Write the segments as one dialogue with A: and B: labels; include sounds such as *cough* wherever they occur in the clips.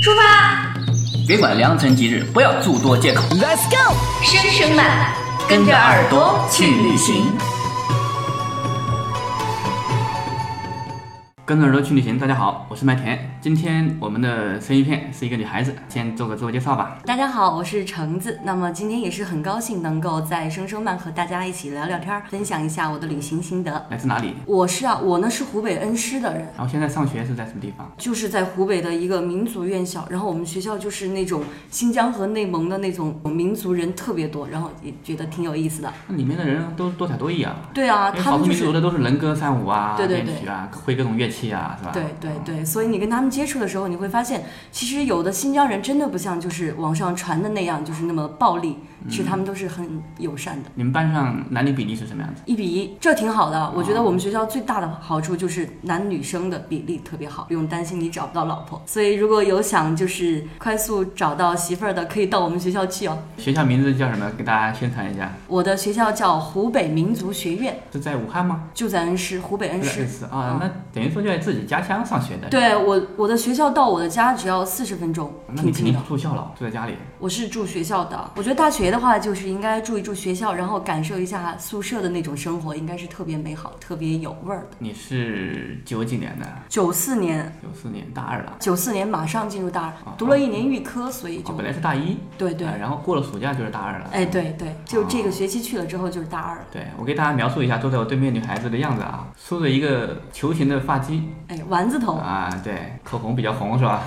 A: 出发！
B: 别管良辰吉日，不要诸多借口。
C: Let's go！
A: 声声慢，
B: 跟着耳朵去旅行。
D: 跟着耳朵去旅行，大家好，我是麦田。今天我们的生鱼片是一个女孩子，先做个自我介绍吧。
E: 大家好，我是橙子。那么今天也是很高兴能够在生生慢和大家一起聊聊天儿，分享一下我的旅行心得。
D: 来自哪里？
E: 我是啊，我呢是湖北恩施的人，
D: 然后现在上学是在什么地方？
E: 就是在湖北的一个民族院校。然后我们学校就是那种新疆和内蒙的那种民族人特别多，然后也觉得挺有意思的。
D: 那里面的人都多才多艺啊。
E: 对啊，
D: 因为
E: 他
D: 少数
E: 们就
D: 民族
E: 是。
D: 的都是能歌善舞啊，
E: 对对
D: 编曲啊，会各种乐器啊，是吧？
E: 对对对，所以你跟他们接触的时候，你会发现，其实有的新疆人真的不像就是网上传的那样，就是那么暴力，其实他们都是很友善的。
D: 你们班上男女比例是什么样子？
E: 一比一，这挺好的。我觉得我们学校最大的好处就是男女生的比例特别好，不用担心你找不到老婆。所以如果有想就是快速找到媳妇儿的，可以到我们学校去哦。
D: 学校名字叫什么？给大家宣传一下。
E: 我的学校叫湖北民族学院，
D: 是在武汉吗？
E: 就在恩施，湖北恩
D: 是
E: 施。
D: 是啊，那等于说就在自己家乡上学的。
E: 哎对我，我的学校到我的家只要四十分钟，
D: 那你
E: 挺
D: 肯
E: 近
D: 定
E: 的
D: 不。住校了，住在家里。
E: 我是住学校的，我觉得大学的话就是应该住一住学校，然后感受一下宿舍的那种生活，应该是特别美好、特别有味儿的。
D: 你是九几年的？
E: 九四年
D: 九四年大二了，
E: 九四年马上进入大二
D: 啊，
E: 读了一年预科，所以就
D: 哦，本来是大一，
E: 对对
D: 啊，然后过了暑假就是大二了。
E: 哎对对，就这个学期去了之后就是大二了。
D: 对，我给大家描述一下坐在我对面女孩子的样子啊，梳着一个球形的发髻
E: 哎，丸子头，
D: 啊，对，口红比较红
E: *laughs*
D: 是吧？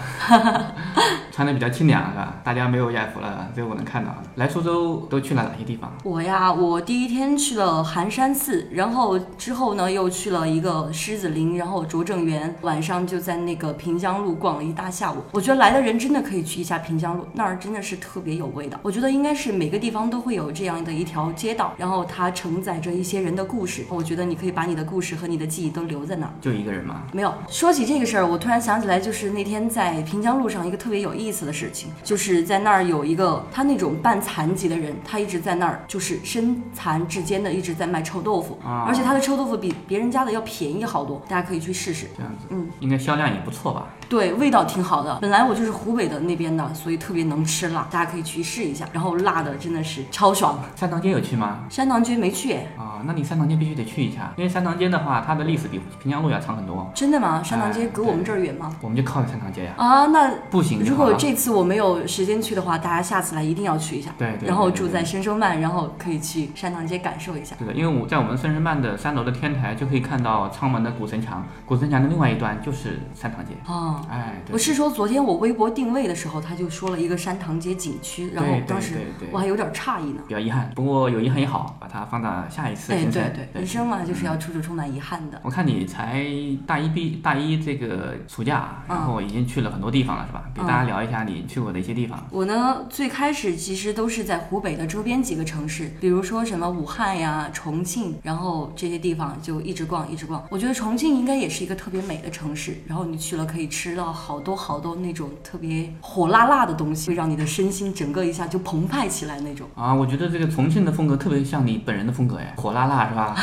D: 穿的比较清凉是吧？大家没有亚服了，只有我能看到。来苏州都去了哪些地方？
E: 我呀，我第一天去了寒山寺，然后之后呢又去了一个狮子林，然后拙政园，晚上就在那个平江路逛了一大下午。我觉得来的人真的可以去一下平江路，那儿真的是特别有味道。我觉得应该是每个地方都会有这样的一条街道，然后它承载着一些人的故事。我觉得你可以把你的故事和你的记忆都留在那儿。
D: 就一个人吗？
E: 没有说起这个事儿，我突然想起来，就是那天在平江路上一个特别有意思的事情，就是在那儿有一个他那种半残疾的人，他一直在那儿就是身残志坚的一直在卖臭豆腐，
D: 啊
E: 而且他的臭豆腐比别人家的要便宜好多，大家可以去试试。
D: 这样子，
E: 嗯，
D: 应该销量也不错吧？
E: 对，味道挺好的。本来我就是湖北的那边的，所以特别能吃辣，大家可以去试一下。然后辣的真的是超爽。
D: 三塘街有去吗？
E: 山塘街没去哎，
D: 啊、那你三塘街必须得去一下，因为三塘街的话，它的历史比平江路要长很多。
E: 真的吗？山塘街
D: 哎
E: 隔我们这儿远吗？
D: 我们就靠着三塘街呀、
E: 啊，那
D: 步行就
E: 如
D: 好啊了。
E: 果这次我没有时间去的话，大家下次来一定要去一下。
D: 对对对
E: 然后住在深收曼，然后可以去山塘街感受一下。
D: 是的，因为我在我们深圳办的三楼的天台就可以看到苍门的古城墙，古城墙的另外一端就是三塘街。
E: 哦，
D: 哎，对，
E: 我是说昨天我微博定位的时候，他就说了一个山塘街景区，然后
D: 对对
E: 当时
D: 对对
E: 我还有点诧异呢。
D: 比较遗憾，不过有遗憾也好，把它放到下一次
E: 哎，
D: 行
E: 对
D: 程。
E: 对，人生嘛
D: 嗯
E: 就是要处处充满遗憾的。
D: 我看你才大一毕大一这个暑假，啊
E: 嗯
D: 然后已经去了很多地方了，是吧？给大家聊一下你去过的一些地方。
E: 我呢，最开始其实都是在湖北的周边几个城市，比如说什么武汉呀、重庆，然后这些地方就一直逛，一直逛。我觉得重庆应该也是一个特别美的城市，然后你去了可以吃到好多好多那种特别火辣辣的东西，会让你的身心整个一下就澎湃起来那种。
D: 啊，我觉得这个重庆的风格特别像你本人的风格哎，火辣辣是吧？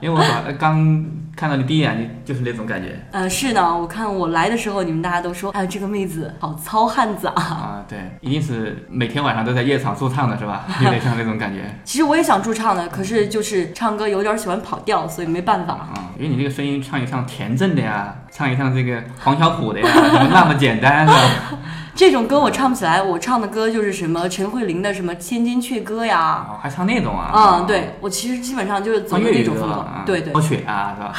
D: 因为我把刚看到你第一眼就就是那种感
E: *laughs*
D: 觉
E: 呃，是呢，我看我来的时候，你们大家都说，哎，这个妹子好糙汉子啊。
D: 啊，对，一定是每天晚上都在夜场驻唱的是吧？有点像那种感觉。
E: 其实我也想驻唱的，可是就是唱歌有点喜欢跑调，所以没办法。
D: 啊、因为你这个声音唱一唱田震的呀，唱一唱这个黄小琥的呀，怎么那么简单呢？
E: 这种歌我唱不起来，我唱的歌就是什么陈慧琳的什么《千金阙歌》呀，
D: 啊，还唱那种啊？
E: 嗯，，对我其实基本上就是走
D: 唱
E: 的
D: 粤
E: 那
D: 语
E: 种
D: 歌
E: 风格
D: 啊，，
E: 对对
D: 飘雪啊，是吧？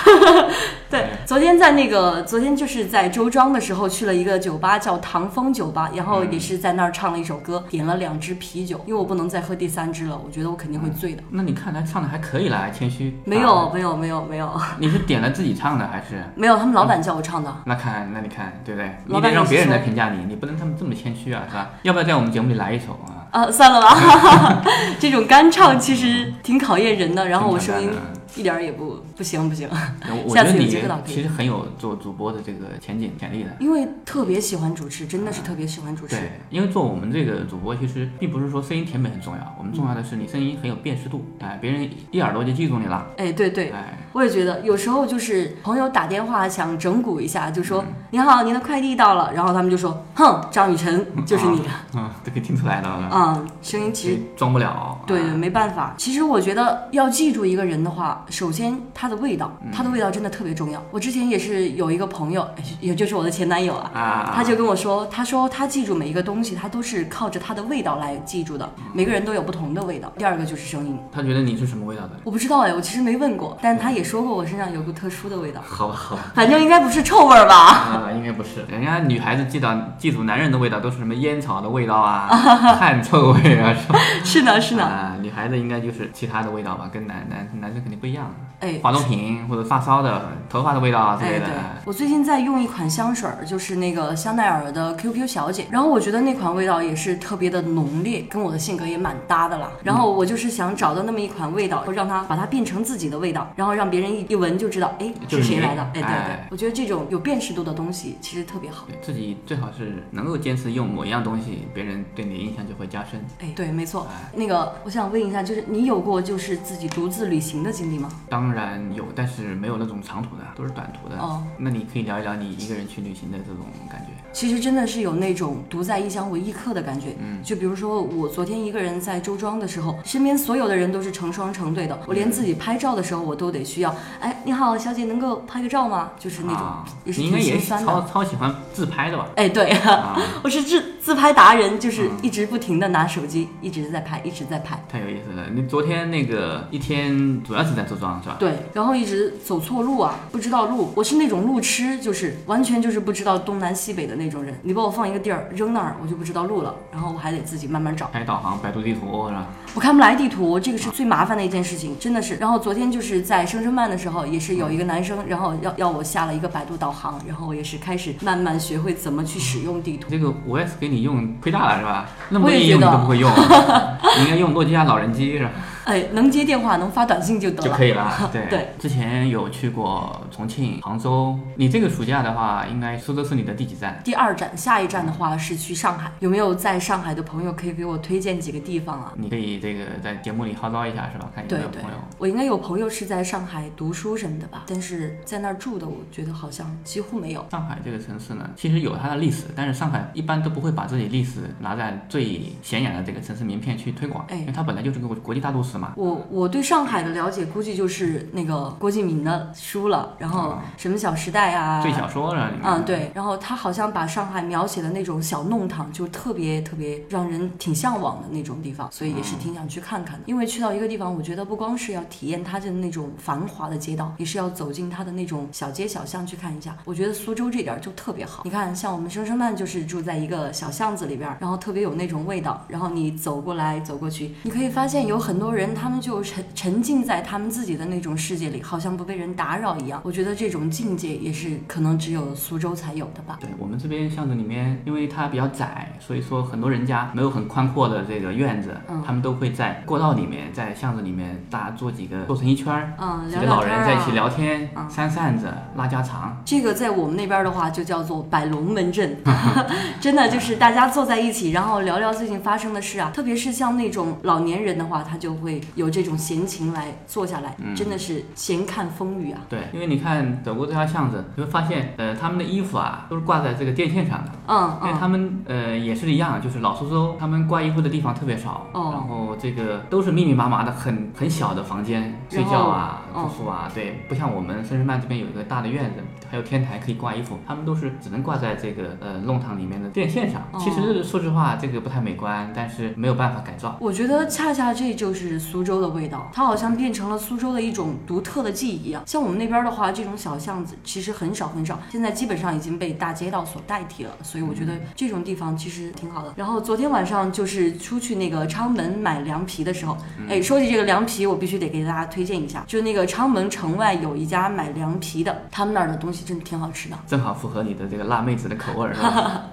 E: 对。昨天在那个，昨天就是在周庄的时候去了一个酒吧，叫唐风酒吧，然后也是在那儿唱了一首歌，点了两支啤酒，因为我不能再喝第三支了，我觉得我肯定会醉的。
D: 那你看来唱的还可以啦，谦虚。
E: 没有，没有，没有，没有，
D: 啊，你是点了自己唱的还是？
E: 没有，他们老板叫我唱的。
D: 那看，那你看，对不对？
E: 老
D: 你
E: 板
D: 得让
E: 也是
D: 别人
E: 说
D: 来评价你，你不能这么这么谦虚啊，是吧？要不要在我们节目里来一首啊？ *laughs*
E: 呃，算了吧，这种干唱其实挺考验人的，然后我声音
D: 挺简单的
E: 一点儿也不不行不行，
D: 我
E: *laughs*
D: 我
E: 下
D: 觉
E: 次
D: 得
E: 有
D: 你
E: 这个倒可以
D: 其实很有做主播的这个前景潜力的。
E: 因为特别喜欢主持，真的是特别喜欢主
D: 嗯
E: 持。
D: 对，因为做我们这个主播，其实并不是说声音甜美很重要，我们重要的是你声音很有辨识度，哎，别人一耳朵就记住你了，
E: 哎，对对，
D: 哎，
E: 我也觉得有时候就是朋友打电话想整蛊一下，就说、
D: 嗯
E: 您好，您的快递到了，然后他们就说哼，张雨晨就是你，
D: 嗯，都可以听出来的，
E: 嗯，声音其实
D: 装不了，
E: 对对，
D: 哎
E: 没办法。其实我觉得要记住一个人的话，首先他的味道，
D: 嗯
E: 他的味道真的特别重要。我之前也是有一个朋友，哎也就是我的前男友啊，
D: 啊，
E: 他就跟我说，他说他记住每一个东西，他都是靠着他的味道来记住的，
D: 嗯
E: 每个人都有不同的味道。第二个就是声音，
D: 他觉得你是什么味道的？ *laughs*
E: 我不知道哎，我其实没问过，但他也说过我身上有个特殊的味道，
D: 好吧，好吧。
E: 反正应该不是臭味儿吧？
D: 啊，应该不是。人家女孩子记到记住男人的味道都是什么烟草的味道
E: *laughs*
D: 啊、汗臭味啊，是吧？
E: *laughs* 是呢， *laughs* 是呢，
D: 啊，女孩子应该就是其他的味道吧，跟男男男生肯定不一样。
E: 哎，
D: 化妆品或者发梢的、头发的味道啊之
E: 哎，
D: 类的
E: 对。，我最近在用一款香水儿，就是那个香奈儿的 QQ 小姐，然后我觉得那款味道也是特别的浓烈，跟我的性格也蛮搭的啦。然后我就是想找到那么一款味道，让它把它变成自己的味道，然后让别人一一闻就知道，哎，
D: 就是是
E: 谁
D: 你
E: 来的？哎，对对
D: 哎，
E: 我觉得这种有辨识度的东西其实特别好。
D: 对自己最好是能够坚持用某一样东西，别人对你的印象就会加深。
E: 哎，对，没错
D: 哎。
E: 那个，我想问一下，就是你有过就是自己独自旅行的经历吗？
D: 当然有，但是没有那种长途的，都是短途的。
E: 哦，
D: 那你可以聊一聊你一个人去旅行的这种感觉。
E: 其实真的是有那种独在异乡为异客的感觉。
D: 嗯
E: 就比如说我昨天一个人在周庄的时候，身边所有的人都是成双成对的，我连自己拍照的时候我都得需要，哎，你好，小姐，能够拍个照吗？就是那种、
D: 嗯啊
E: 也是
D: 你应该
E: 挺
D: 也
E: 心
D: 是
E: 酸
D: 超
E: 的。
D: 超喜欢自拍的吧？
E: 哎，对， *laughs*
D: 啊，
E: 我是自自拍达人，就是一直不停的拿手机，一直在
D: 啊
E: 拍，一直在拍。
D: 太有意思了！你昨天那个一天主要是在周庄是吧？
E: 对，然后一直走错路啊，不知道路。我是那种路痴，就是完全就是不知道东南西北的那种人。你把我放一个地儿扔那儿，我就不知道路了，然后我还得自己慢慢找。
D: 开导航、百度地图是吧？
E: 我看不来地图，这个是最麻烦的一件事情，真的是。然后昨天就是在生生曼的时候，也是有一个男生，然后要要我下了一个百度导航，然后我也是开始慢慢学会怎么去使用地图。
D: 这个 5S 给你用亏大了是吧？那么
E: 我
D: 多
E: 也
D: 应
E: 觉
D: 用你
E: 得
D: 都不会用，啊
E: *laughs*
D: 你应该用诺基亚老人机是吧？
E: 哎，能接电话，能发短信就得
D: 就
E: 了
D: 可。以了。对
E: 对
D: 之前有去过重庆、杭州。你这个暑假的话，应该苏州是你的第几站？
E: 第二站，下一站的话是去上海，有没有在上海的朋友可以给我推荐几个地方啊？
D: 你可以这个在节目里号召一下是吧？看有
E: 对
D: 没有
E: 对
D: 朋友。，
E: 我应该有朋友是在上海读书什么的吧，但是在那儿住的，我觉得好像几乎没有。
D: 上海这个城市呢，其实有它的历史，但是上海一般都不会把自己历史拿在最显眼的这个城市名片去推广，
E: 哎
D: 因为它本来就是个国国际大都市嘛。
E: 我我对上海的了解，估计就是那个郭敬明的书了，然后什么《小时代》啊，
D: 最小说了，里面
E: 嗯，对，然后他好像把上海描写的那种小弄堂，就特别特别让人挺向往的那种地方，所以也
D: 啊
E: 是挺想去看看的。因为去到一个地方，我觉得不光是要体验它的那种繁华的街道，也是要走进它的那种小街小巷去看一下。我觉得苏州这点儿就特别好。你看，像我们生生曼就是住在一个小巷子里边儿，然后特别有那种味道。然后你走过来走过去，你可以发现有很多人，他们就沉沉浸在他们自己的那种世界里，好像不被人打扰一样。我觉得这种境界也是可能只有苏州才有的吧。
D: 对我们这边巷子里面，因为它比较窄，所以说很多人家没有很宽阔的这个院子，
E: 嗯
D: 他们都会在过道里面，在巷子里面，大家坐几个，坐成一圈儿，
E: 嗯，
D: 几
E: 聊
D: 个老
E: 聊天儿
D: 人
E: 啊
D: 在一起聊天
E: 嗯，
D: 扇扇子，拉家常。
E: 这个在我们那边的话就叫做摆龙门阵， *laughs* 真的就是大家坐在一起，然后聊聊最近发生的事啊。特别是像那种老年人的话，他就会有这种闲情来坐下来，真的是闲看风雨啊。
D: 对，因为你看走过这条巷子，你会发现，呃，他们的衣服啊，都是挂在这个电线上的。
E: 嗯
D: 因为
E: 嗯，
D: 他们呃也是一样，就是老苏州，他们挂衣服的地方特别少，
E: 哦
D: 然后这个都是密密麻麻的很很小的房间睡觉啊、
E: 然后哦
D: 住宿啊，对，不像我们深圳曼这边有一个大的院子，还有天台可以挂衣服，他们都是只能挂在这个呃弄堂里面的电线上。
E: 哦
D: 其实说实话，这个不太美观，但是没有办法改造。
E: 我觉得恰恰这就是苏州的味道，它好像变成了苏州的一种独特的记忆啊。像我们那边的话，这种小巷子其实很少很少，现在基本上已经被大街道所代替了，所以我觉得这种地方其实挺好的。然后昨天晚上就是出去那个昌门买凉皮的时候，哎，说起这个凉皮，我必须得给大家推荐一下，就是那个昌门城外有一家买凉皮的，他们那儿的东西真的挺好吃的。 *laughs*
D: 正好符合你的这个辣妹子的口味儿，是吧？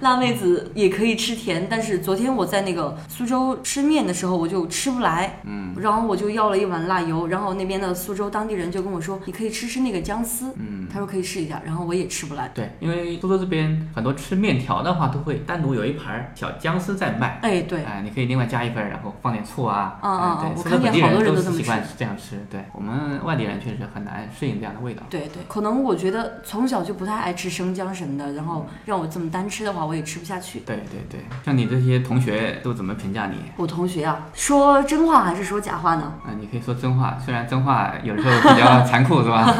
E: 辣妹子也可以吃甜，但是昨天我在那个苏州吃面的时候，我就吃不来，嗯，然后我就要了一碗辣油，然后那边的苏州当地人就跟我说，你可以吃吃那个姜丝，嗯，他说可以试一下，然后我也吃不来，
D: 对，因为苏州这边很多吃面条的话，都会单独有一盘儿小姜丝在卖。
E: 哎，对，
D: 哎，你可以另外加一份儿，然后放点醋啊。
E: 嗯嗯嗯
D: 对，
E: 我
D: 苏
E: 看
D: 州本
E: 见
D: 地
E: 好多
D: 人
E: 人
D: 都
E: 都
D: 是
E: 这么
D: 习
E: 吃哦
D: 惯这样吃。对我们外地人确实很难适应这样的味道。
E: 对对，可能我觉得从小就不太爱吃生姜什么的，然后让我这么单吃的话，我也吃不下去。
D: 对对对，像你这些同学都怎么评价你？
E: 我同学啊，说真话还是说假话呢？
D: 啊、你可以说真话，虽然真话有时候比
E: *laughs*
D: 较残酷，是吧？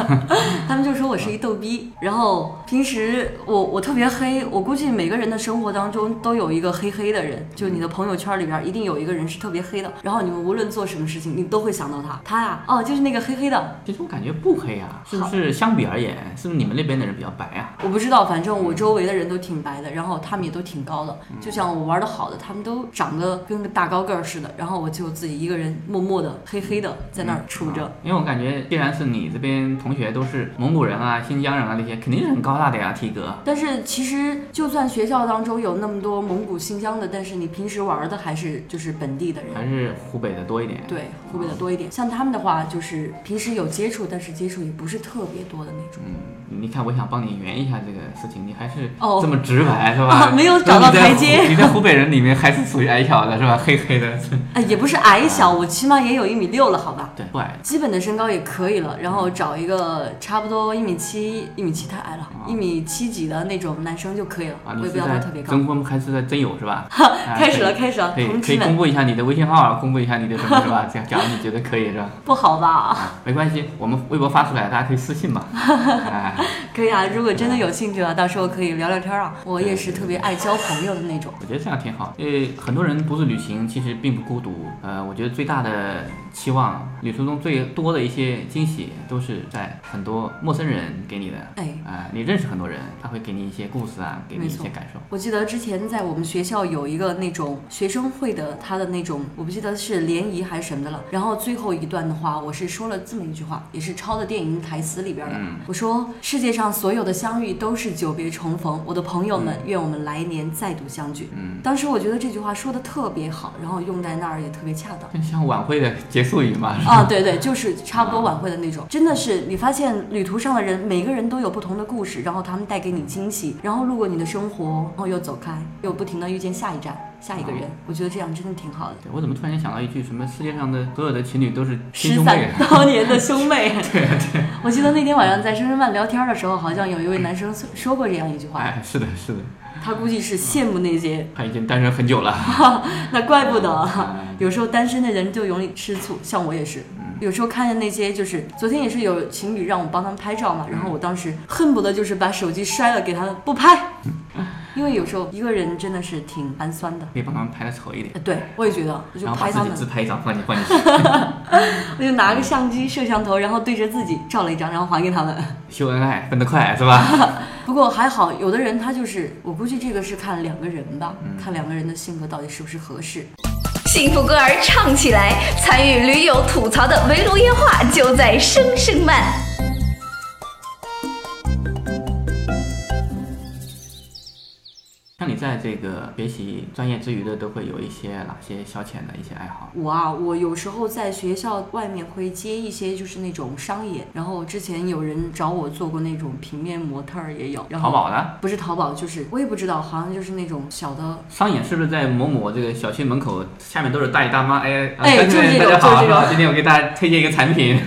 E: 他们就说我是一逗逼，然后平时我我特别黑，我估计每个人的生活当中都有一个黑黑的人，就你的朋友圈里边一定有一个人是特别黑的，然后你们无论做什么事情，你都会想到他，他呀、哦，就是那个黑黑的，
D: 其实我感觉不黑啊，是不是？相比而言，是不是你们那边的人比较白啊？
E: 我不知道，反正我周围的人都挺白的，然后他们也都挺高的，就像我玩的好的，他们都长得跟个大高个儿似的，然后我就自己一个人默默的黑黑的在那儿杵着。
D: 啊因为我感觉，既然是你这边同学都是蒙古人啊、新疆人啊那些，肯定是很高大的呀，体格。
E: 但是其实，就算学校当中有那么多蒙古、新疆的，但是你平时玩的还是就是本地的人，
D: 还是湖北的多一点。
E: 对，湖北的多一点。像他们的话，就是平时有接触，但是接触也不是特别多的那种。
D: 嗯，你看，我想帮你圆一下这个事情，你还是
E: 哦
D: 这么直白、是吧？
E: 啊 *laughs* 没有找到台阶
D: 那你在湖你在湖北人里面还是属于矮小的是吧？黑黑的。
E: 啊，也不是
D: 嗯
E: 矮小，我起码也有一米六了，好吧？
D: 对，啊不矮。
E: 基本的身高也可以了，然后找一个差不多一米七、一米七太矮了，一米七几的那种男生就可以了，
D: 嗯啊，
E: 我
D: 你
E: 也
D: 是
E: 不要他
D: 在
E: 特别高
D: 征。婚还是在征友是
E: *laughs*
D: 吧？啊
E: 开始了，
D: 可以
E: 开始了，
D: 可以
E: 同
D: 可
E: 志
D: 以公
E: 们，
D: 布一下你的微信号，啊公布一下你的什么是
E: *laughs*
D: 吧？假假如你觉得可以是吧？
E: 不好吧？
D: 啊，没关系，我们微博发出来，大家可以私
E: *laughs*
D: 信嘛。哎，
E: 可以啊，如果真的有兴趣啊，到时候可以聊聊天啊。我也是特别爱交朋友的那种。
D: 我觉得这样挺好，因为很多人不是旅行，其实并不孤独。呃，我觉得最大的期望，旅途中最多的一些惊喜，都是在很多陌生人给你的。
E: 哎，
D: 啊、你认识很多人，他会给你一些故事啊，给你一
E: 没错
D: 些感受。
E: 我记得之前在我们学校有一个那种学生会的，他的那种我不记得是联谊还是什么的了。然后最后一段的话，我是说了这么一句话，也是抄的电影台词里边的。
D: 嗯
E: 我说世界上所有的相遇都是久别重逢，我的朋友们，愿我们来年再度相聚。
D: 嗯，
E: 当时我觉得这句话说的特别好，然后用在那儿也特别恰当。
D: 就像晚会的结束语嘛。是吧
E: 啊，对对，就是差不多晚会的那种，真的是你发现旅途上的人，每个人都有不同的故事，然后他们带给你惊喜，然后路过你的生活，然后又走开，又不停的遇见下一站、下一个人，我觉得这样真的挺好的。
D: 对我怎么突然间想到一句什么？世界上的所有的情侣都是亲
E: 失
D: 兄妹
E: 散。多年的兄妹， *laughs* 对对，我记得那天晚上在深圳饭聊天的时候，好像有一位男生说说过这样一句话，
D: 哎，是的，是的，
E: 他估计是羡慕那些，
D: 他已经单身很久了。
E: *laughs* 那怪不得。啊
D: 哎
E: 有时候单身的人就容易吃醋，像我也是。
D: 嗯
E: 有时候看见那些，就是昨天也是有情侣让我帮他们拍照嘛，然后我当时恨不得就是把手机摔了给他们，不拍，
D: 嗯
E: 因为有时候一个人真的是挺寒酸的。
D: 可以帮他们拍的丑一点，
E: 呃对，我也觉得， *laughs* 我就
D: 然后把
E: 拍
D: 自
E: 他
D: 己
E: 们，
D: 自拍一张放进放进去。
E: 我就拿个相机、摄像头，然后对着自己照了一张，然后还给他们。
D: 秀恩爱分得快是
E: *laughs*
D: 吧？
E: 不过还好，有的人他就是，我估计这个是看两个人吧，
D: 嗯
E: 看两个人的性格到底是不是合适。
A: 幸福歌儿唱起来！参与驴友吐槽的围炉夜话就在声声慢。
D: 像你在这个学习专业之余的，都会有一些哪些消遣的一些爱好？
E: 我啊，我有时候在学校外面会接一些就是那种商演，然后之前有人找我做过那种平面模特儿也有，然后
D: 淘宝呢？
E: 不是淘宝就是我也不知道，好像就是那种小的，
D: 商演是不是在某某这个小区门口下面都是大爷大妈？哎，啊
E: 哎就是这
D: 大家
E: 种就是这
D: 好，
E: 种
D: 今天我给大家推荐一个产品。 *laughs*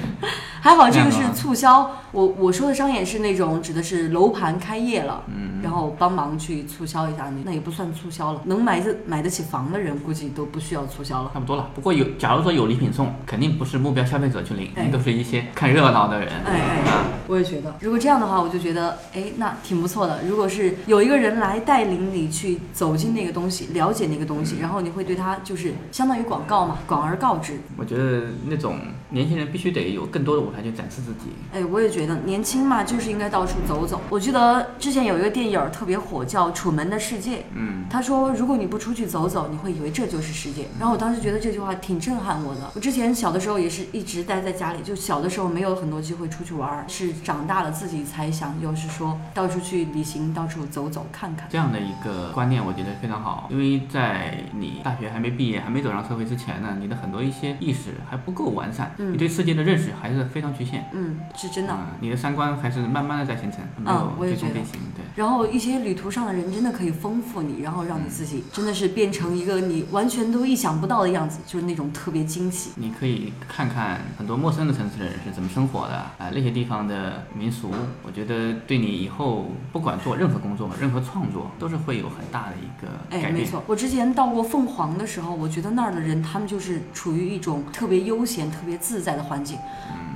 E: 还好这个
D: 这样
E: 是
D: 吗
E: 促销。我我说的商演是那种指的是楼盘开业了，嗯，然后帮忙去促销一下，那也不算促销了，能买得买得起房的人估计都不需要促销了。
D: 差不多了。不过有，假如说有礼品送，肯定不是目标消费者去领，
E: 哎
D: 肯定都是一些看热闹的人。
E: 哎哎，我也觉得，如果这样的话，我就觉得，哎，那挺不错的。如果是有一个人来带领你去走进那个东西，了解那个东西，然后你会对他就是相当于广告嘛，广而告之。
D: 我觉得那种年轻人必须得有更多的舞台去展示自己。
E: 哎，我也觉觉得年轻嘛，就是应该到处走走。我记得之前有一个电影儿特别火，叫《楚门的世界》。
D: 嗯，
E: 他说：“如果你不出去走走，你会以为这就是世界。”然后我当时觉得这句话挺震撼我的。我之前小的时候也是一直待在家里，就小的时候没有很多机会出去玩儿，是长大了自己才想，又是说到处去旅行，到处走走看看。
D: 这样的一个观念，我觉得非常好，因为在你大学还没毕业、还没走上社会之前呢，你的很多一些意识还不够完善，
E: 嗯
D: 你对世界的认识还是非常局限。
E: 嗯，是真的。
D: 嗯你的三观还是慢慢的在形成，没
E: 嗯我
D: 有
E: 也
D: 最
E: 觉得
D: 终变形。对，
E: 然后一些旅途上的人真的可以丰富你，然后让你自己真的是变成一个你完全都意想不到的样子，就是那种特别惊喜。
D: 你可以看看很多陌生的城市的人是怎么生活的啊、那些地方的民俗，我觉得对你以后不管做任何工作、任何创作，都是会有很大的一个
E: 哎，
D: 改
E: 没
D: 变。
E: 错，我之前到过凤凰的时候，我觉得那儿的人他们就是处于一种特别悠闲、特别自在的环境。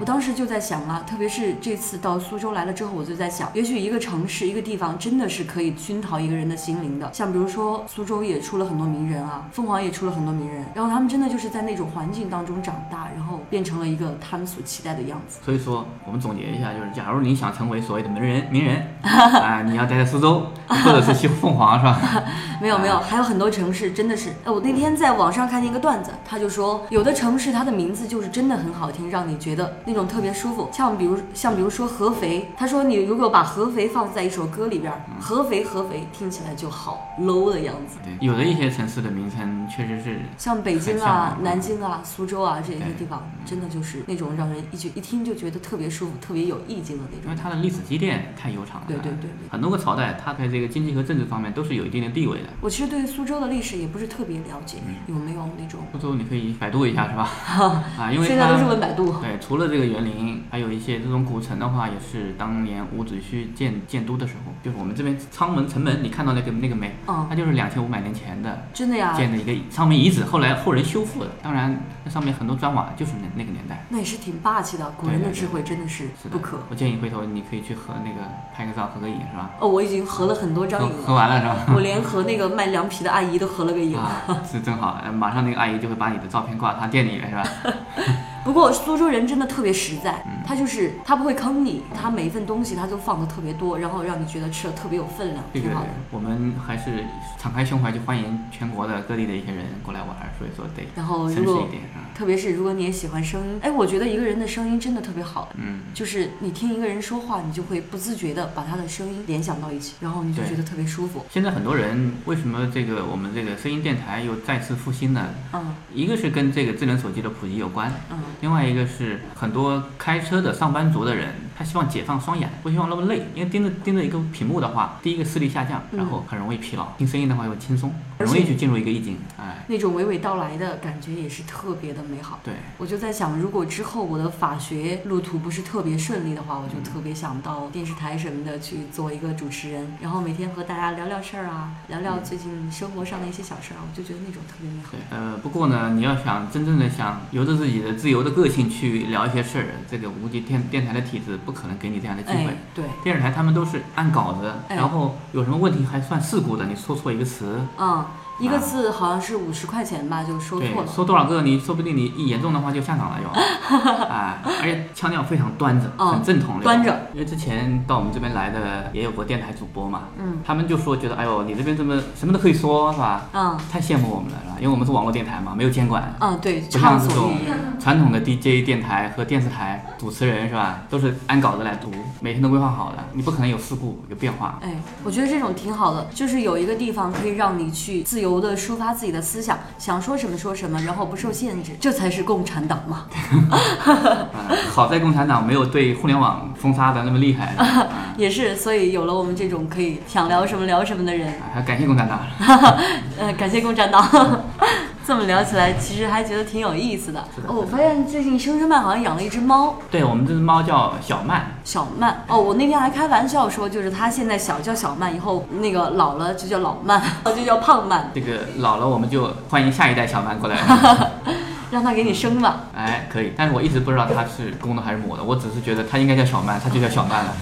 E: 我当时就在想啊，特别是这次到苏州来了之后，我就在想，也许一个城市、一个地方真的是可以熏陶一个人的心灵的。像比如说苏州也出了很多名人啊，凤凰也出了很多名人，然后他们真的就是在那种环境当中长大，然后变成了一个他们所期待的样子。
D: 所以说，我们总结一下，就是假如你想成为所谓的名人，名人 *laughs* 啊、你要待在苏州，或者是去凤凰，是吧？
E: *laughs* 没有
D: 嗯
E: 没有，还有很多城市真的是，哎，我那天在网上看见一个段子，他就说有的城市它的名字就是真的很好听，让你觉得那种特别舒服。像比如像比如说合肥，他说你如果把合肥放在一首歌里边儿，
D: 嗯
E: 合肥合肥听起来就好 low 的样子。
D: 对，有的一些城市的名称确实是
E: 像北京
D: 很向
E: 啊
D: 往、
E: 南京啊、苏州啊这些
D: 对嗯
E: 地方，真的就是那种让人一觉一听就觉得特别舒服、特别有意境的那
D: 因为
E: 种。
D: 它的历史积淀太悠长了，
E: 对对对对
D: 很多个朝代，它在这个经济和政治方面都是有一定的地位的。
E: 我其实对苏州的历史也不是特别了解，
D: 嗯
E: 有没有那种？
D: 苏州你可以百度一下，是
E: *laughs*
D: 吧？啊，因为
E: 现在都是
D: 它
E: 问百度。
D: 对，除了这个园林，还有一些这种古城的话，也是当年伍子胥建建都的时候，就是我们这边仓门城门，你看到那个那个没？
E: 嗯
D: 它就是两千五百年前的
E: 真的呀，
D: 建的一个上面遗址，后来后人修复的。当然，那上面很多砖瓦就是那那个年代。
E: 那也是挺霸气的，古人的智慧真的是
D: 是的
E: 不可。
D: 我建议回头你可以去和那个拍个照，合个影，是吧？
E: 哦，我已经合了很多张
D: 合
E: 影
D: 合
E: 了，
D: 完了是吧？
E: 我连和那个卖凉皮的阿姨都合了个
D: 嗯
E: 影。
D: 啊，是真好，呃马上那个阿姨就会把你的照片挂她店里了，是
E: *laughs*
D: 吧？
E: 不过苏州人真的特别实在，
D: 嗯
E: 他就是他不会坑你，他每一份东西他都放的特别多，然后让你觉得吃的特别有分量，
D: 这个
E: 挺好的。
D: 我们还是敞开胸怀去欢迎全国的各地的一些人过来玩儿，所以说得
E: 然后
D: 诚实
E: 如果
D: 一点啊。
E: 特别是如果你也喜欢声音，哎，我觉得一个人的声音真的特别好，
D: 嗯，
E: 就是你听一个人说话，你就会不自觉的把他的声音联想到一起，然后你就
D: 对
E: 觉得特别舒服。
D: 现在很多人为什么这个我们这个声音电台又再次复兴呢？
E: 嗯
D: 一个是跟这个智能手机的普及有关，
E: 嗯，
D: 另外一个是很多开车的上班族的人，他希望解放双眼，不希望那么累，因为盯着盯着一个屏幕的话，第一个视力下降，
E: 嗯
D: 然后很容易疲劳；听声音的话又轻松，
E: 而
D: 很
E: 且
D: 容易去进入一个意境。哎，
E: 那种娓娓道来的感觉也是特别的美好。
D: 对，
E: 我就在想，如果之后我的法学路途不是特别顺利的话，我就特别想到电视台什么的去做一个主持人，然后每天和大家聊聊事儿啊，聊聊
D: 嗯
E: 最近生活上的一些小事儿啊，我就觉得那种特别美好。
D: 对，呃，不过呢，你要想真正的想由着自己的自由的个性去聊一些事儿，这个无极电电台的体制不可能给你这样的机会。
E: 哎，对，
D: 电视台他们都是按稿子，
E: 哎
D: 然后有什么问题还算事故的，你说错一个词，
E: 嗯，一
D: 啊
E: 个字好像是五十块钱吧，就说
D: 对
E: 错，了。
D: 说多少个你说不定你一严重的话就下岗了
E: *laughs*
D: 又，哎，而且腔调非常端着，
E: 嗯
D: 很正统的，
E: 端着。
D: 因为之前到我们这边来的也有过电台主播嘛，
E: 嗯，
D: 他们就说觉得哎呦你这边怎么什么都可以说是吧？
E: 嗯
D: 太羡慕我们了是吧？因为我们是网络电台嘛，没有监管。
E: 嗯，对，
D: 不像
E: 畅
D: 这
E: 所
D: 种
E: 欲言。
D: *laughs* 传统的 DJ 电台和电视台主持人是吧，都是按稿子来读，每天都规划好的，你不可能有事故有变化。
E: 哎，我觉得这种挺好的，就是有一个地方可以让你去自由的抒发自己的思想，想说什么说什么，然后不受限制，这才是共产党嘛。
D: 嗯，好在共产党没有对互联网封杀的那么厉
E: *laughs*
D: 害，啊
E: 也是，所以有了我们这种可以想聊什么聊什么
D: *laughs*
E: 的人，
D: 还感谢共产党。
E: 呃，感谢共产党。 *laughs* 这么聊起来，其实还觉得挺有意思的。
D: 的
E: 哦，我发现最近生生曼好像养了一只猫，
D: 对我们这只猫叫小曼，
E: 小曼。哦，我那天还开玩笑说，就是它现在小叫小曼，以后那个老了就叫老曼， *laughs* 就叫胖曼，
D: 这个老了我们就欢迎下一代小曼过来。
E: *laughs* 让它给你生吧。
D: 哎，可以，但是我一直不知道它是公的还是母的，我只是觉得它应该叫小曼，它就叫小曼了。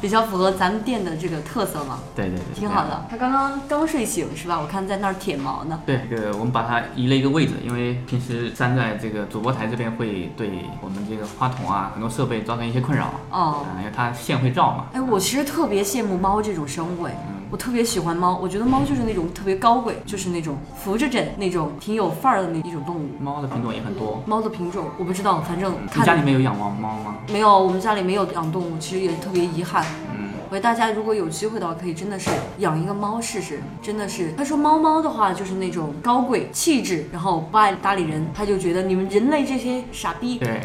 E: 比较符合咱们店的这个特色嘛，
D: 对对对，啊
E: 挺好的。他刚刚刚睡醒是吧？我看在那儿舔毛呢。
D: 对，这个我们把它移了一个位置，因为平时站在这个主播台这边会对我们这个话筒啊很多设备造成一些困扰。
E: 哦
D: 嗯因为它线会绕嘛。
E: 哎，我其实特别羡慕猫这种生物，哎，
D: 嗯
E: 我特别喜欢猫，我觉得猫就是那种特别高贵，就是那种扶着枕那种挺有范儿的那一种动物。
D: 猫的品种也很多。嗯
E: 猫的品种我不知道，反正
D: 你
E: 看
D: 家里面有养猫猫吗？
E: 没有，我们家里没有养动物，其实也特别遗憾。
D: 嗯，
E: 所以大家如果有机会的话，可以真的是养一个猫试试，真的是。他说猫猫的话就是那种高贵气质，然后不爱搭理人，他就觉得你们人类这些傻逼。
D: 对，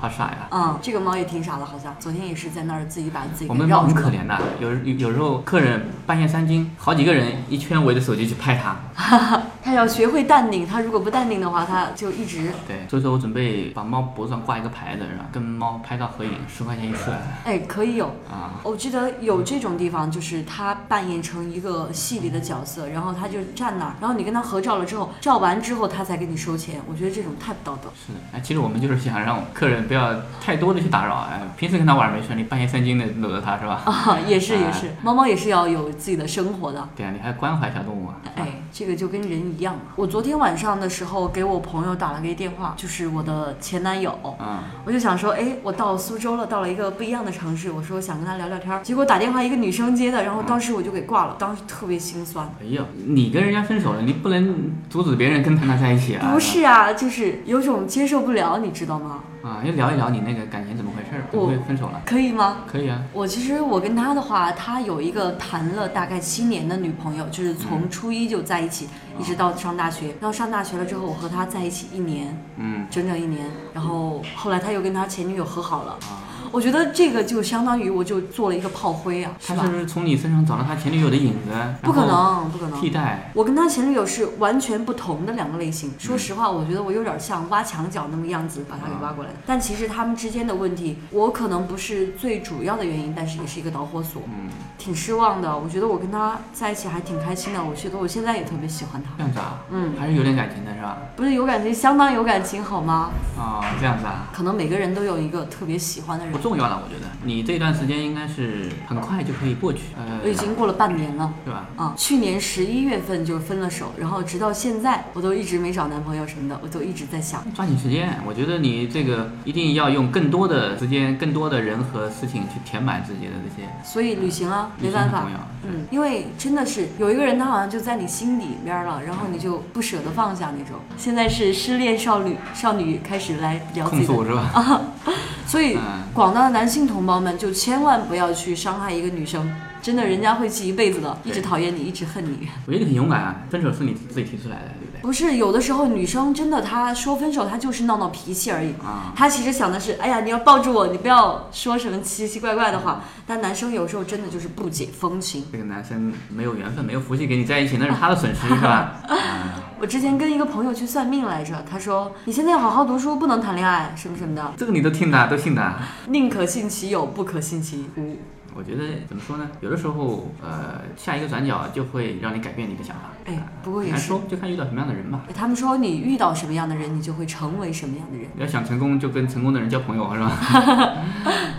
D: 好傻呀。
E: 啊、这个猫也挺傻的，好像昨天也是在那儿自己把自己
D: 我
E: 给
D: 们猫
E: 绕
D: 很
E: 住
D: 可
E: 了。
D: 怜的，有有有时候客人半夜三更，好几个人一圈围着手机去拍它。
E: 它要学会淡定，它如果不淡定的话，它就一直
D: 对，所以说我准备把猫脖子上挂一个牌子，然后跟猫拍照合影，十块钱一次
E: 哎可以有。
D: 啊。
E: 我记得有这种地方，就是他扮演成一个戏里的角色，然后他就站那儿，然后你跟他合照了之后，照完之后他才给你收钱。我觉得这种太不道德了。
D: 是的，哎，其实我们就是想让客人不要太多的去打扰，哎，平时跟他玩没事，你半夜三更的搂着它是
E: *laughs*
D: 吧？
E: *laughs* 啊，也是也是
D: 哎，
E: *laughs* 猫猫也是要有自己的生活的。
D: 对啊，你还关怀小动物啊。
E: 哎，这个就跟人一样嘛。我昨天晚上的时候给我朋友打了个电话，就是我的前男友，
D: 嗯，
E: 我就想说，哎，我到苏州了，到了一个不一样的城市，我说想跟他聊聊天儿，结果打电话一个女生接的，然后当时我就给挂了，当时特别心酸。
D: 哎呀，你跟人家分手了，你不能阻止别人跟他在一起啊。
E: 不是啊，就是有种接受不了，你知道吗？
D: 啊，要聊一聊你那个感情怎么回事，怎么
E: 我
D: 会分手了？
E: 可以吗？
D: 可以啊，
E: 我其实我跟他的话，他有一个谈了大概七年的女朋友，就是从初一就在一起，一直到上大学。然后上大学了之后，我和他在一起一年，
D: 嗯，
E: 整整一年。然后后来他又跟他前女友和好了。我觉得这个就相当于我就做了一个炮灰啊，是
D: 他
E: 吧
D: 是？不是从你身上找到他前女友的影子？然
E: 不可
D: 后
E: 能，不可能
D: 替。代。
E: 我跟他前女友是完全不同的两个类型。说实话，我觉得我有点像挖墙脚那么样子把他给挖过来的。但其实他们之间的问题，我可能不是最主要的原因，但是也是一个导火索。
D: 嗯，
E: 挺失望的，我觉得我跟他在一起还挺开心的。我觉得我现在也特别喜欢他，
D: 这样子啊，
E: 嗯，
D: 还是有点感情的是吧？
E: 不是有感情，相当有感情，好吗？
D: 哦，这样子啊，
E: 可能每个人都有一个特别喜欢的人
D: 不。重要了，我觉得你这段时间应该是很快就可以过去，呃，
E: 我已经过了半年了。
D: 对吧？
E: 啊，去年十一月份就分了手，然后直到现在我都一直没找男朋友什么的，我都一直在想，
D: 抓紧时间，我觉得你这个一定要用更多的时间、更多的人和事情去填满自己的这些。
E: 所以旅行啊，
D: 旅
E: 没
D: 行
E: 办
D: 很
E: 法
D: 重要，
E: 嗯，因为真的是有一个人，他好像就在你心里边了，然后你就不舍得放下那种。现在是失恋少女少女开始来聊自
D: 控
E: 己的啊
D: 诉是吧？
E: 所以
D: 嗯，
E: 广大的男性同胞们就千万不要去伤害一个女生，真的，人家会记一辈子的，一
D: 对
E: 直讨厌你，一直恨你。
D: 我觉得你很勇敢啊，分手是你自己提出来的，对不对？
E: 不是，有的时候女生真的，她说分手，她就是闹闹脾气而已。
D: 啊
E: 她其实想的是，哎呀，你要抱住我，你不要说什么奇奇怪怪的话。但男生有时候真的就是不解风情。
D: 这个男生没有缘分，没有福气跟你在一起，那是他的损失，是吧？
E: *laughs*
D: 嗯
E: 我之前跟一个朋友去算命来着，他说你现在要好好读书，不能谈恋爱，什么什么的，
D: 这个你都听的，都信的。啊
E: 宁可信其有，不可信其无。
D: 我觉得怎么说呢？有的时候，呃，下一个转角就会让你改变你的想法。呃
E: 哎不过也
D: 难
E: 是
D: 说，就看遇到什么样的人吧。
E: 他们说你遇到什么样的人，你就会成为什么样的人。
D: 你要想成功，就跟成功的人交朋友，是吧？ *laughs*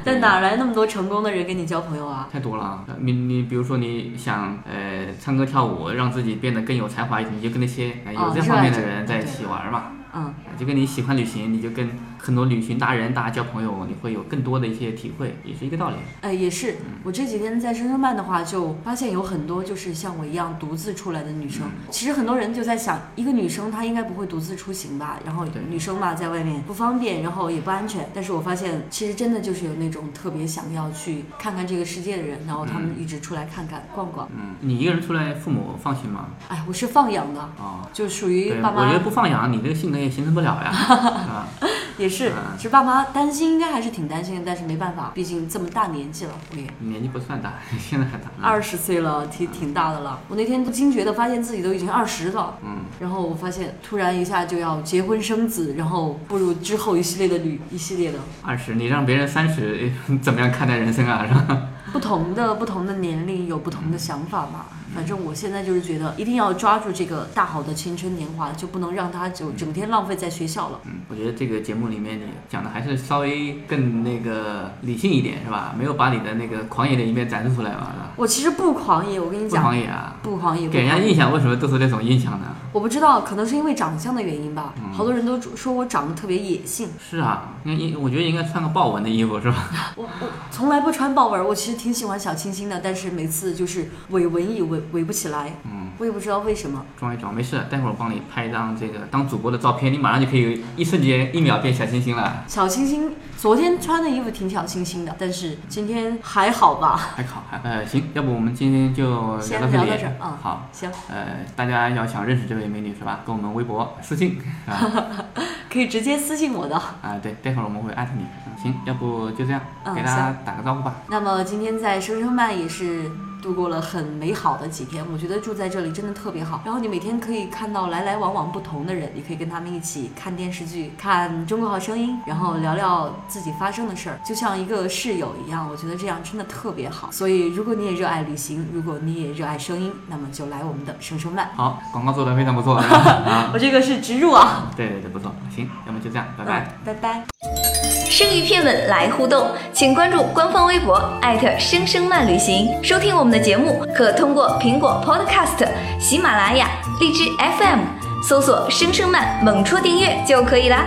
E: 但哪来那么多成功的人跟你交朋友啊？
D: 太多了啊！你你比如说你想呃唱歌跳舞，让自己变得更有才华一点，你就跟那些呃有
E: 哦
D: 这
E: 热
D: 方
E: 爱
D: 面的
E: 这个
D: 人在一起玩嘛。呃
E: 嗯，
D: 就跟你喜欢旅行，你就跟很多旅行达人大家交朋友，你会有更多的一些体会，也是一个道理。
E: 哎，也是。
D: 嗯
E: 我这几天在深圳办的话，就发现有很多就是像我一样独自出来的女生。
D: 嗯
E: 其实很多人就在想，一个女生她应该不会独自出行吧？然后
D: 对
E: 女生嘛，在外面不方便，然后也不安全。但是我发现，其实真的就是有那种特别想要去看看这个世界的人，然后他们一直出来看看、逛逛。
D: 嗯，你一个人出来，父母放心吗？
E: 哎，我是放养的，
D: 哦，
E: 就属
D: 对，
E: 于爸
D: 我觉得
E: 妈
D: 不放养，你这个性格也形成不了
E: *laughs*
D: 呀，是吧？
E: 也是，
D: 嗯
E: 其实爸妈担心应该还是挺担心的，但是没办法，毕竟这么大年纪了，我也。
D: 你年纪不算大， *laughs* 现在还大。
E: 二十岁了，挺挺大的了。我那天不惊觉的发现自己都已经二十了，
D: 嗯，
E: 然后我发现突然一下就要结婚生子，然后步入之后一系列的旅一系列的
D: 二十，你让别人三十，怎么样看待人生啊？是吧？ *laughs*
E: 不同的不同的年龄有不同的想法嘛。反正我现在就是觉得，一定要抓住这个大好的青春年华，就不能让它就整天浪费在学校了。
D: 嗯，我觉得这个节目里面你讲的还是稍微更那个理性一点，是吧？没有把你的那个狂野的一面展示出来嘛，是吧？
E: 我其实不狂野，我跟你
D: 不
E: 讲，
D: 狂野啊，
E: 不狂野，不
D: 给人家
E: 狂野
D: 印象为什么都是那种印象呢？
E: 我不知道，可能是因为长相的原因吧。
D: 嗯
E: 好多人都说我长得特别野性，
D: 是啊，应应我觉得应该穿个豹纹的衣服是吧？ *laughs*
E: 我我从来不穿豹纹，我其实挺喜欢小清新的，但是每次就是伪文艺伪伪不起来，
D: 嗯，
E: 我也不知道为什么。
D: 装一装，没事，待会儿我帮你拍一张这个当主播的照片，你马上就可以一瞬间一秒变小清新了，
E: 小清新，昨天穿的衣服挺小清新的，但是今天还好吧？
D: 还好还呃行，要不我们今天就聊
E: 先
D: 到这
E: 聊
D: 里，
E: 到这儿啊
D: 好。
E: 行，
D: 呃，大家要想认识这位美女是吧？跟我们微博私信啊
E: 可以直接私信我的。
D: 啊，对，待会儿我们会艾特你。嗯行，要不就这样，
E: 嗯
D: 给大家打个招呼吧。
E: 那么今天在生生漫也是度过了很美好的几天，我觉得住在这里真的特别好。然后你每天可以看到来来往往不同的人，你可以跟他们一起看电视剧、看《中国好声音》，然后聊聊自己发生的事儿，就像一个室友一样。我觉得这样真的特别好。所以如果你也热爱旅行，如果你也热爱声音，那么就来我们的生生漫。
D: 好，广告做的非常不错啊，
E: 我这个是植入啊，
D: 对对对，不错。行，要么就这样，拜拜。
E: 嗯，拜拜。
A: 生鱼片们来互动，请关注官方微博生生慢旅行。收听我们的节目，可通过苹果 Podcast、喜马拉雅、荔枝 FM 搜索“生生慢”，猛戳订阅就可以啦。